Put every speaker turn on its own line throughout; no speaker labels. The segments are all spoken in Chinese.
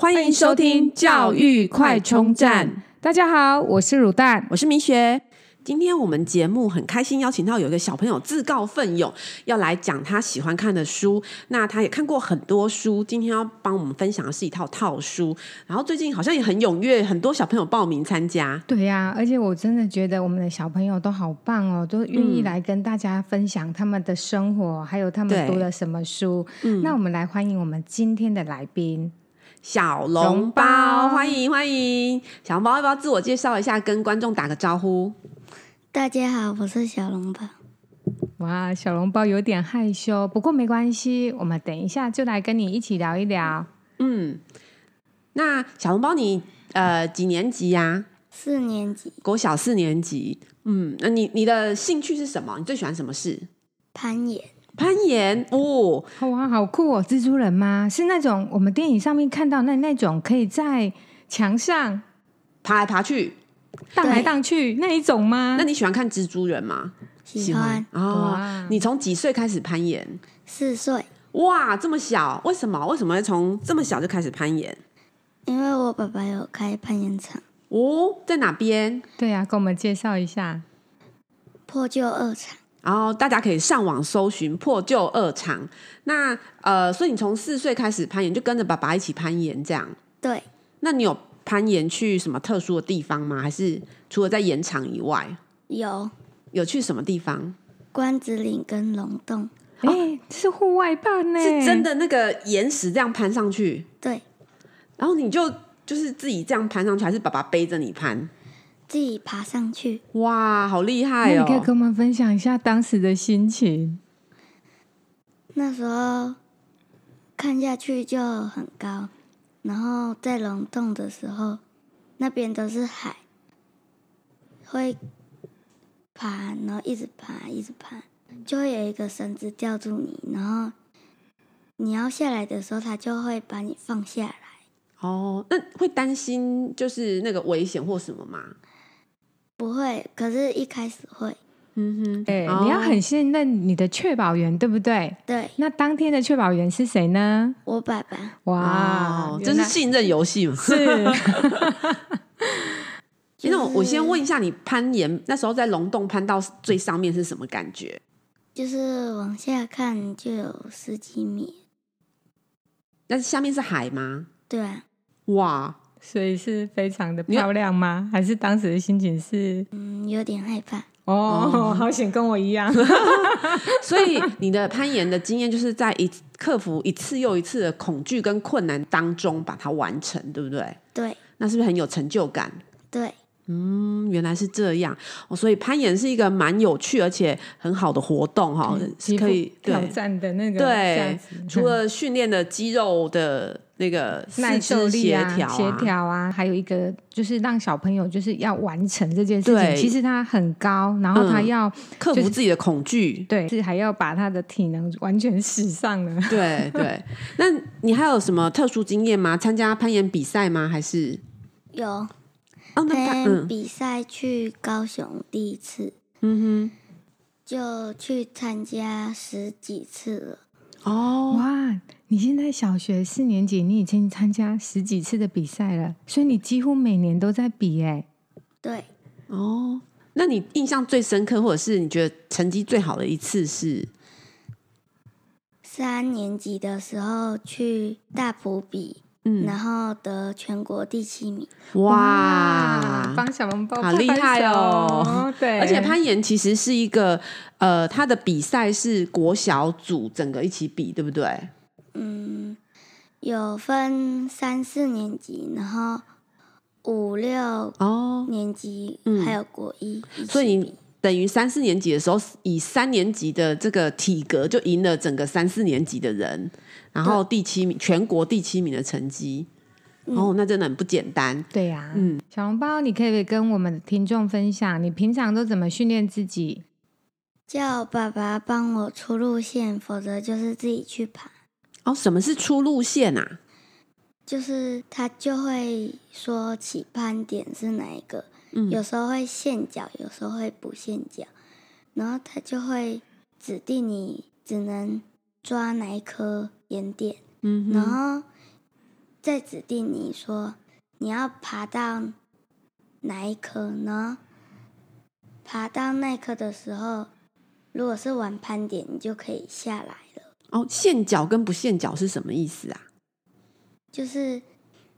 欢迎收听教育快充站，
大家好，我是乳蛋。
我是明学。今天我们节目很开心邀请到有一个小朋友自告奋勇要来讲他喜欢看的书，那他也看过很多书，今天要帮我们分享的是一套套书，然后最近好像也很踊跃，很多小朋友报名参加。
对呀、而且我真的觉得我们的小朋友都好棒哦，都愿意
嗯
来跟大家分享他们的生活，还有他
对
们读了什么书。那我们来欢迎我们今天的来宾。
小笼包，
笼包
欢迎欢迎！小笼包要不要自我介绍一下，跟观众打个招呼？
大家好，我是小笼包。
哇，小笼包有点害羞，不过没关系，我们等一下就来跟你一起聊一聊。
嗯，那小笼包你呃几年级呀、
四年级
国小四年级。嗯，那你你的兴趣是什么？你最喜欢什么事？
攀岩，
攀岩哦，
哇，好酷哦！蜘蛛人吗？是那种我们电影上面看到那那种可以在墙上
爬来爬去。
荡来
对
荡去那一种吗？
那你喜欢看蜘蛛人吗？
喜欢啊
哦
哇。
你从几岁开始攀岩？
四岁，
哇，这么小，为什么？为什么会从这么小就开始攀岩？
因为我爸爸有开攀岩场，
哦，在哪边？
对呀、给我们介绍一下。
破旧二厂。
然后哦大家可以上网搜寻破旧二厂。那呃，所以你从四岁开始攀岩，就跟着爸爸一起攀岩这样。
对，
那你有攀岩去什么特殊的地方吗？还是除了在岩场以外，
有
有去什么地方？
关子岭跟龙洞。
哎、是户外办呢、
哦是真的那个岩石这样攀上去，
对
然后你就就是自己这样攀上去，还是爸爸背着你攀？
自己爬上去，
哇，好厉害
那你可以
哦！
跟我们分享一下当时的心情。
那时候看下去就很高，然后在龙洞的时候，那边都是海，会爬，然后一直爬，一直爬，就会有一个绳子吊住你，然后你要下来的时候，它就会把你放下来。
哦，那会担心就是那个危险或什么吗？
不会，可是一开始会，
嗯哼，
对，
哦
你要很信任你的确保员，对不对？
对
那当天的确保员是谁呢？
我爸爸
哇，
哦，这
原
是
来
信任游戏嘛？
是
就是
那我我先问一下，你攀岩那时候在龙洞攀到最上面是什么感觉？
就是往下看就有十几米，
那下面是海吗？
对啊，
哇，
所以是非常的漂亮吗？还是当时的心情是
嗯，有点害怕。
哦，
哦
好险跟我一样，
所以你的攀岩的经验就是在一克服一次又一次的恐惧跟困难当中把它完成，对不对？
对
那是不是很有成就感？
对，
嗯，原来是这样哦，所以攀岩是一个蛮有趣而且很好的活动哈、哦 是可以
嗯挑
对
战的那个价
对
值，
除了训练的肌肉的那个四
耐受
肢
力
协
啊、
调、
协，调啊，还有一个就是让小朋友就是要完成这件事
对
情，其实他很高，然后他
嗯
要、
克服自己的恐惧。
对是还要把他的体能完全使上了。
对 对，那你还有什么特殊经验吗？参加攀岩比赛吗？还是
有
哦，那攀
跟
嗯
比赛去高雄第一次，
嗯
就去参加十几次了。
哼哦，
哇，你现在小学四年级，你已经参加十几次的比赛了，所以你几乎每年都在比哎、
对，
哦，那你印象最深刻，或者是你觉得成绩最好的一次是？
三年级的时候去大埔比，
嗯，
然后得全国第七名。
哇，
帮小笼包
好
拍
厉
拍
害哦
手！对，
而且攀岩其实是一个，呃，它的比赛是国小组整个一起比，对不对？
嗯，有分三四年级，然后五六
哦，
年级，
嗯
还有国一一起比。
所以你等于三四年级的时候，以三年级的这个体格就赢了整个三四年级的人，然后第七名，全国第七名的成绩，哦，那真的很不简单。
对呀、
嗯
小笼包，你可以跟我们的听众分享，你平常都怎么训练自己？
叫爸爸帮我出路线，否则就是自己去爬。
哦，什么是出路线啊？
就是他就会说起攀点是哪一个，
嗯
有时候会陷脚，有时候会不陷脚，然后他就会指定你只能抓哪一颗岩点，
嗯哼
然后再指定你说你要爬到哪一棵呢？爬到那棵的时候，如果是晚攀点，你就可以下来了。
哦，限脚跟不限脚是什么意思啊？
就是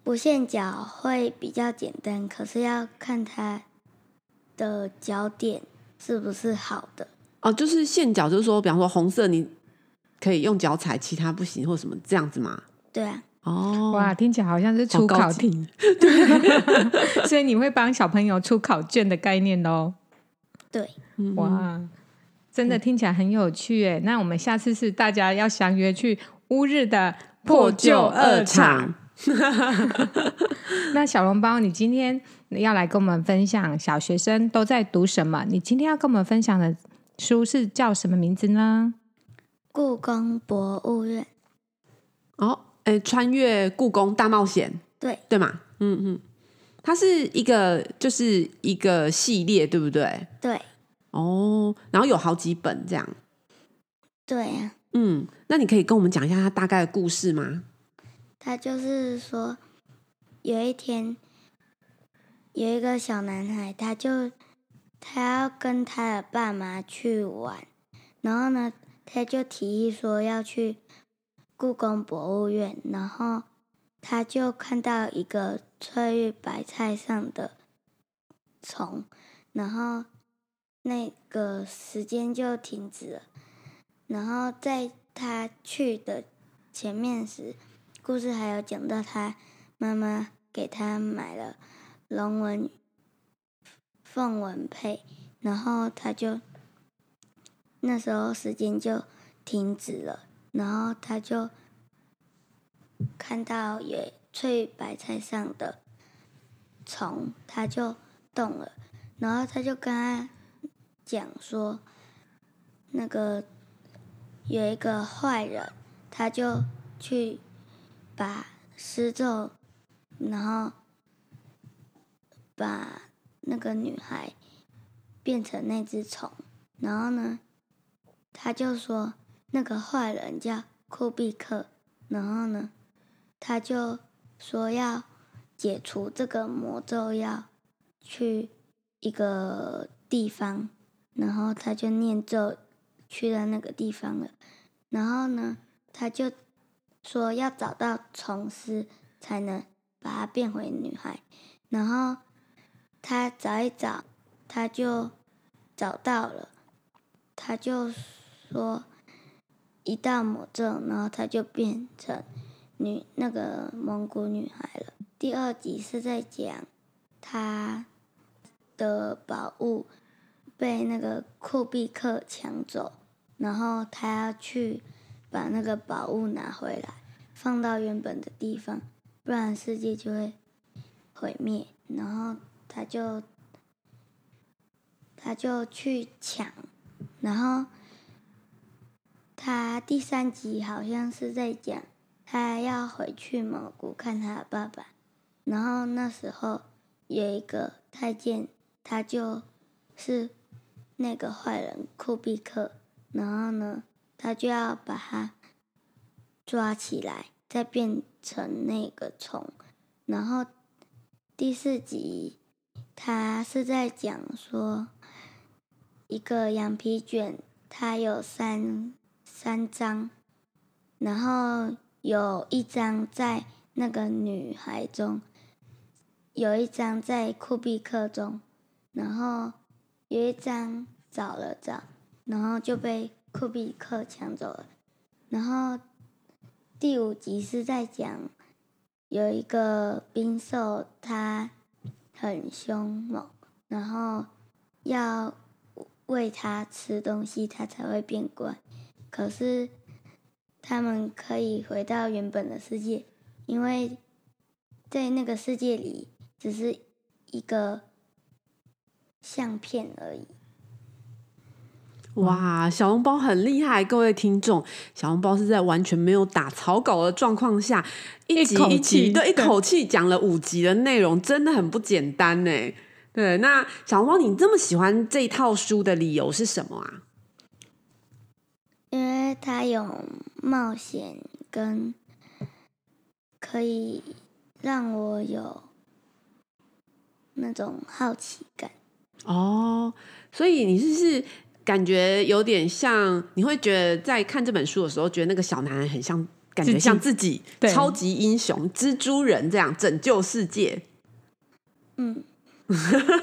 不限脚会比较简单，可是要看它的脚点是不是好的。
哦，就是限脚，就是说，比方说红色你可以用脚踩，其他不行或什么这样子嘛。
对啊，
哦，
哇，听起来好像是出
好高
考
级
题，对， 所以你会帮小朋友出考卷的概念喽。
对，
嗯，
哇，真的听起来很有趣诶。那我们下次是大家要相约去乌日的
破旧二厂。
那小笼包，你今天要来跟我们分享小学生都在读什么？你今天要跟我们分享的书是叫什么名 字呢？
故宫博物院，
哦，哎，穿越故宫大冒险，
对
对嘛？嗯嗯，它是一个就是一个系列，对不对？
对
哦，然后有好几本这样。
对啊，
嗯，那你可以跟我们讲一下它大概的故事吗？
他就是说，有一天有一个小男孩，他就他要跟他的爸妈去玩，然后呢，他就提议说要去故宫博物院，然后他就看到一个翠玉白菜上的虫，然后那个时间就停止了，然后在他去的前面时。故事还有讲到他妈妈给他买了龙纹凤纹佩，然后他就那时候时间就停止了，然后他就看到有翠白菜上的虫，他就动了，然后他就跟他讲说，那个有一个坏人，他就去。把施咒，然后把那个女孩变成那只虫，然后呢，他就说那个坏人叫库比克，然后呢，他就说要解除这个魔咒，要去一个地方，然后他就念咒去了那个地方了，然后呢，他就说要找到虫师才能把她变回女孩。然后他找一找，他就找到了，他就说一道魔咒，然后他就变成女那个蒙古女孩了。第二集是在讲他的宝物被那个库比克抢走，然后他要去。把那个宝物拿回来，放到原本的地方，不然世界就会毁灭。然后他就他就去抢，然后他第三集好像是在讲他要回去蒙古看他的爸爸，然后那时候有一个太监，他就是那个坏人库比克，然后呢？他就要把它抓起来，再变成那个虫。然后第四集，他是在讲说，一个羊皮卷，它有三三张，然后有一张在那个女孩中，有一张在库比克中，然后有一张找了找，然后就被库比克抢走了。然后第五集是在讲有一个冰兽，它很凶猛，然后要喂它吃东西，它才会变乖。可是他们可以回到原本的世界，因为在那个世界里只是一个相片而已。
哇，小笼包很厉害，各位听众，小笼包是在完全没有打草稿的状况下，一
一
集
口
一集
气
对一
对
口气讲了五集的内容，真的很不简单呢。对，那小笼包，你这么喜欢这一套书的理由是什么啊？
因为它有冒险跟可以让我有那种好奇感。
哦，所以你是是感觉有点像，你会觉得在看这本书的时候，觉得那个小男人很像，感觉
自己
像自己，
对
超级英雄、蜘蛛人这样拯救世界。
嗯，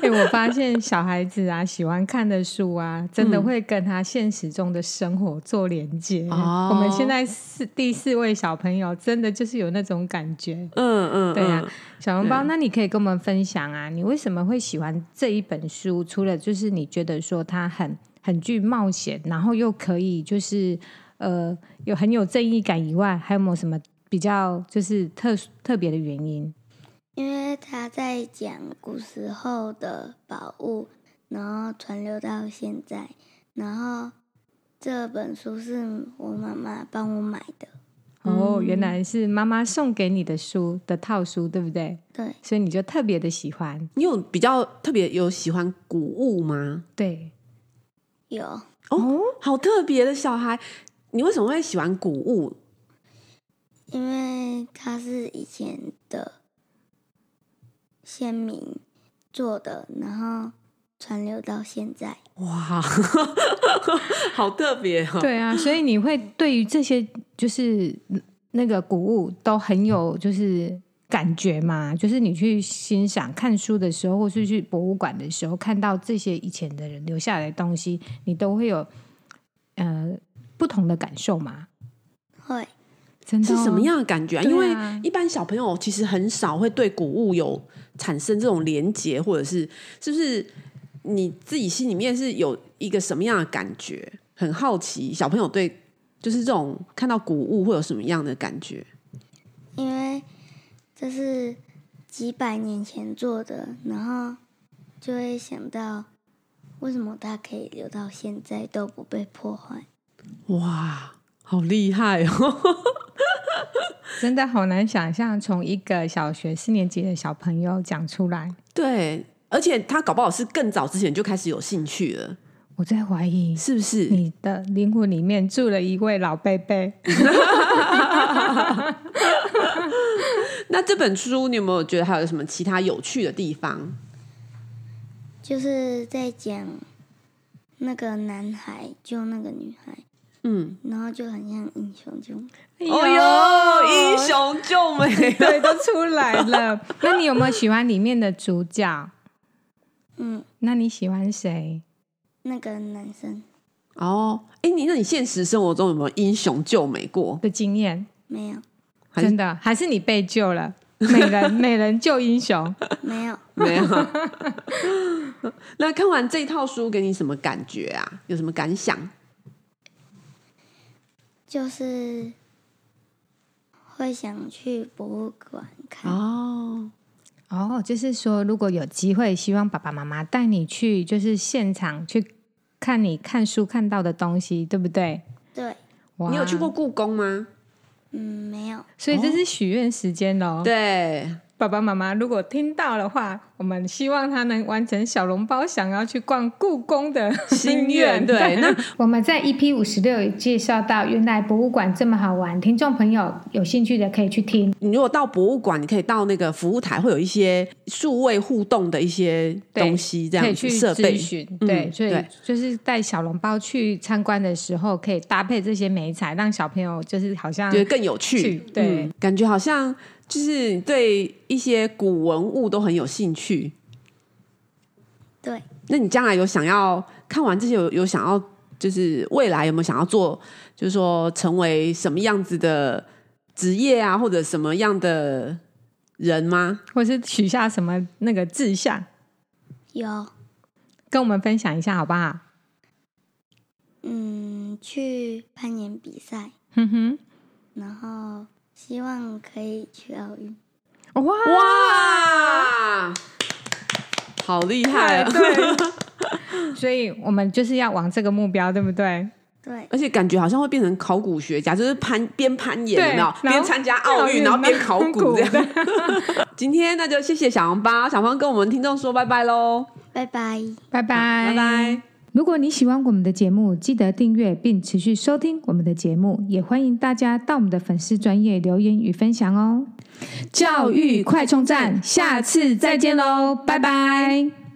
哎、我发现小孩子啊，喜欢看的书啊，真的
嗯
会跟他现实中的生活做连接。
哦
我们现在四第四位小朋友，真的就是有那种感觉。
嗯嗯，
对啊呀、
嗯
小笼包，
对
那你可以跟我们分享啊，你为什么会喜欢这一本书？除了就是你觉得说它很很具冒险，然后又可以就是呃有很有正义感以外，还有没有什么比较就是特殊特别的原因？
因为他在讲古时候的宝物，然后传流到现在，然后这本书是我妈妈帮我买的。
哦，原来是妈妈送给你的书的套书，对不对？
对，
所以你就特别的喜欢。
你有比较特别有喜欢古物吗？
对，
有，
哦，好特别的小孩，你为什么会喜欢古物？
因为它是以前的先民做的，然后传流到现在。
哇， 好特别 哦！
对啊，所以你会对于这些就是嗯那个古物都很有就是感觉嘛，就是你去欣赏看书的时候，或是去博物馆的时候，看到这些以前的人留下来的东西，你都会有呃不同的感受嘛。
会，
真的
是
哦、
什么样的感觉啊？
对啊
因为一般小朋友其实很少会对古物有产生这种连结，或者是是不是你自己心里面是有一个什么样的感觉？很好奇，小朋友对就是这种看到古物会有什么样的感觉？
因为这是几百年前做的，然后就会想到为什么它可以留到现在都不被破坏。
哇，好厉害哦！
真的好难想象，从一个小学四年级的小朋友讲出来，
对，而且他搞不好是更早之前就开始有兴趣了，
我在怀疑
是不是？
你的灵魂里面住了一位老贝贝。
那这本书你有没有觉得还有什么其他有趣的地方？
就是在讲那个男孩救那个女孩，
嗯，
然后就很像英雄救
哎
美。
哦呦，英雄救美
对，都出来了。那你有没有喜欢里面的主角？
嗯，
那你喜欢谁？
那个男生
哦，哎，你那你现实生活中有没有英雄救美过？
的经验？
没有，
还是
真的还是你被救了？美 人，美人救英雄。
没有，
没有。 那看完这套书给你什么感觉啊？有什么感想？
就是会想去博物馆看。
哦，
哦，就是说，如果有机会，希望爸爸妈妈带你去，就是现场去看你看书看到的东西，对不对？
对，
哇
你有去过？故宫吗？
嗯，没有，
所以这是许愿时间哦喽。
对，
爸爸妈妈如果听到的话，我们希望他能完成小笼包想要去逛故宫的
心愿。对， 那
我们在 EP 五十六介绍到，原来博物馆这么好玩，听众朋友有兴趣的可以去听。
你如果到博物馆，你可以到那个服务台，会有一些数位互动的一些
对
东西，这
可
样
以去
子设备
咨。询，
嗯
对，所以
对
就是带小笼包去参观的时候，可以搭配这些美彩，让小朋友就是好像
觉得更有趣
啊去，对
嗯感觉好像就是你对一些古文物都很有兴趣。
对，
那你将来有想要看完这些有有想要就是未来有没有想要做，就是说成为什么样子的职业啊，或者什么样的人吗？
或是许下什么那个志向，
有，
跟我们分享一下好不好？
嗯，去攀岩比赛，
哼哼，
然后希望可以去奥运。
哇
哇，好厉害、啊！
啊 对，所以我们就是要往这个目标，对不对？
对，
而且感觉好像会变成考古学家，就是攀边攀岩有
对
没有，
然后
边参加奥运，
然
然
后
后边考古 这
边
样。今天那就谢谢小红包，小红包跟我们听众说拜拜喽，
拜拜。
拜拜，
拜拜。
如果你喜欢我们的节目，记得订阅并持续收听我们的节目，也欢迎大家到我们的粉丝专业留言与分享哦。教育快充站，下次再见喽，拜拜。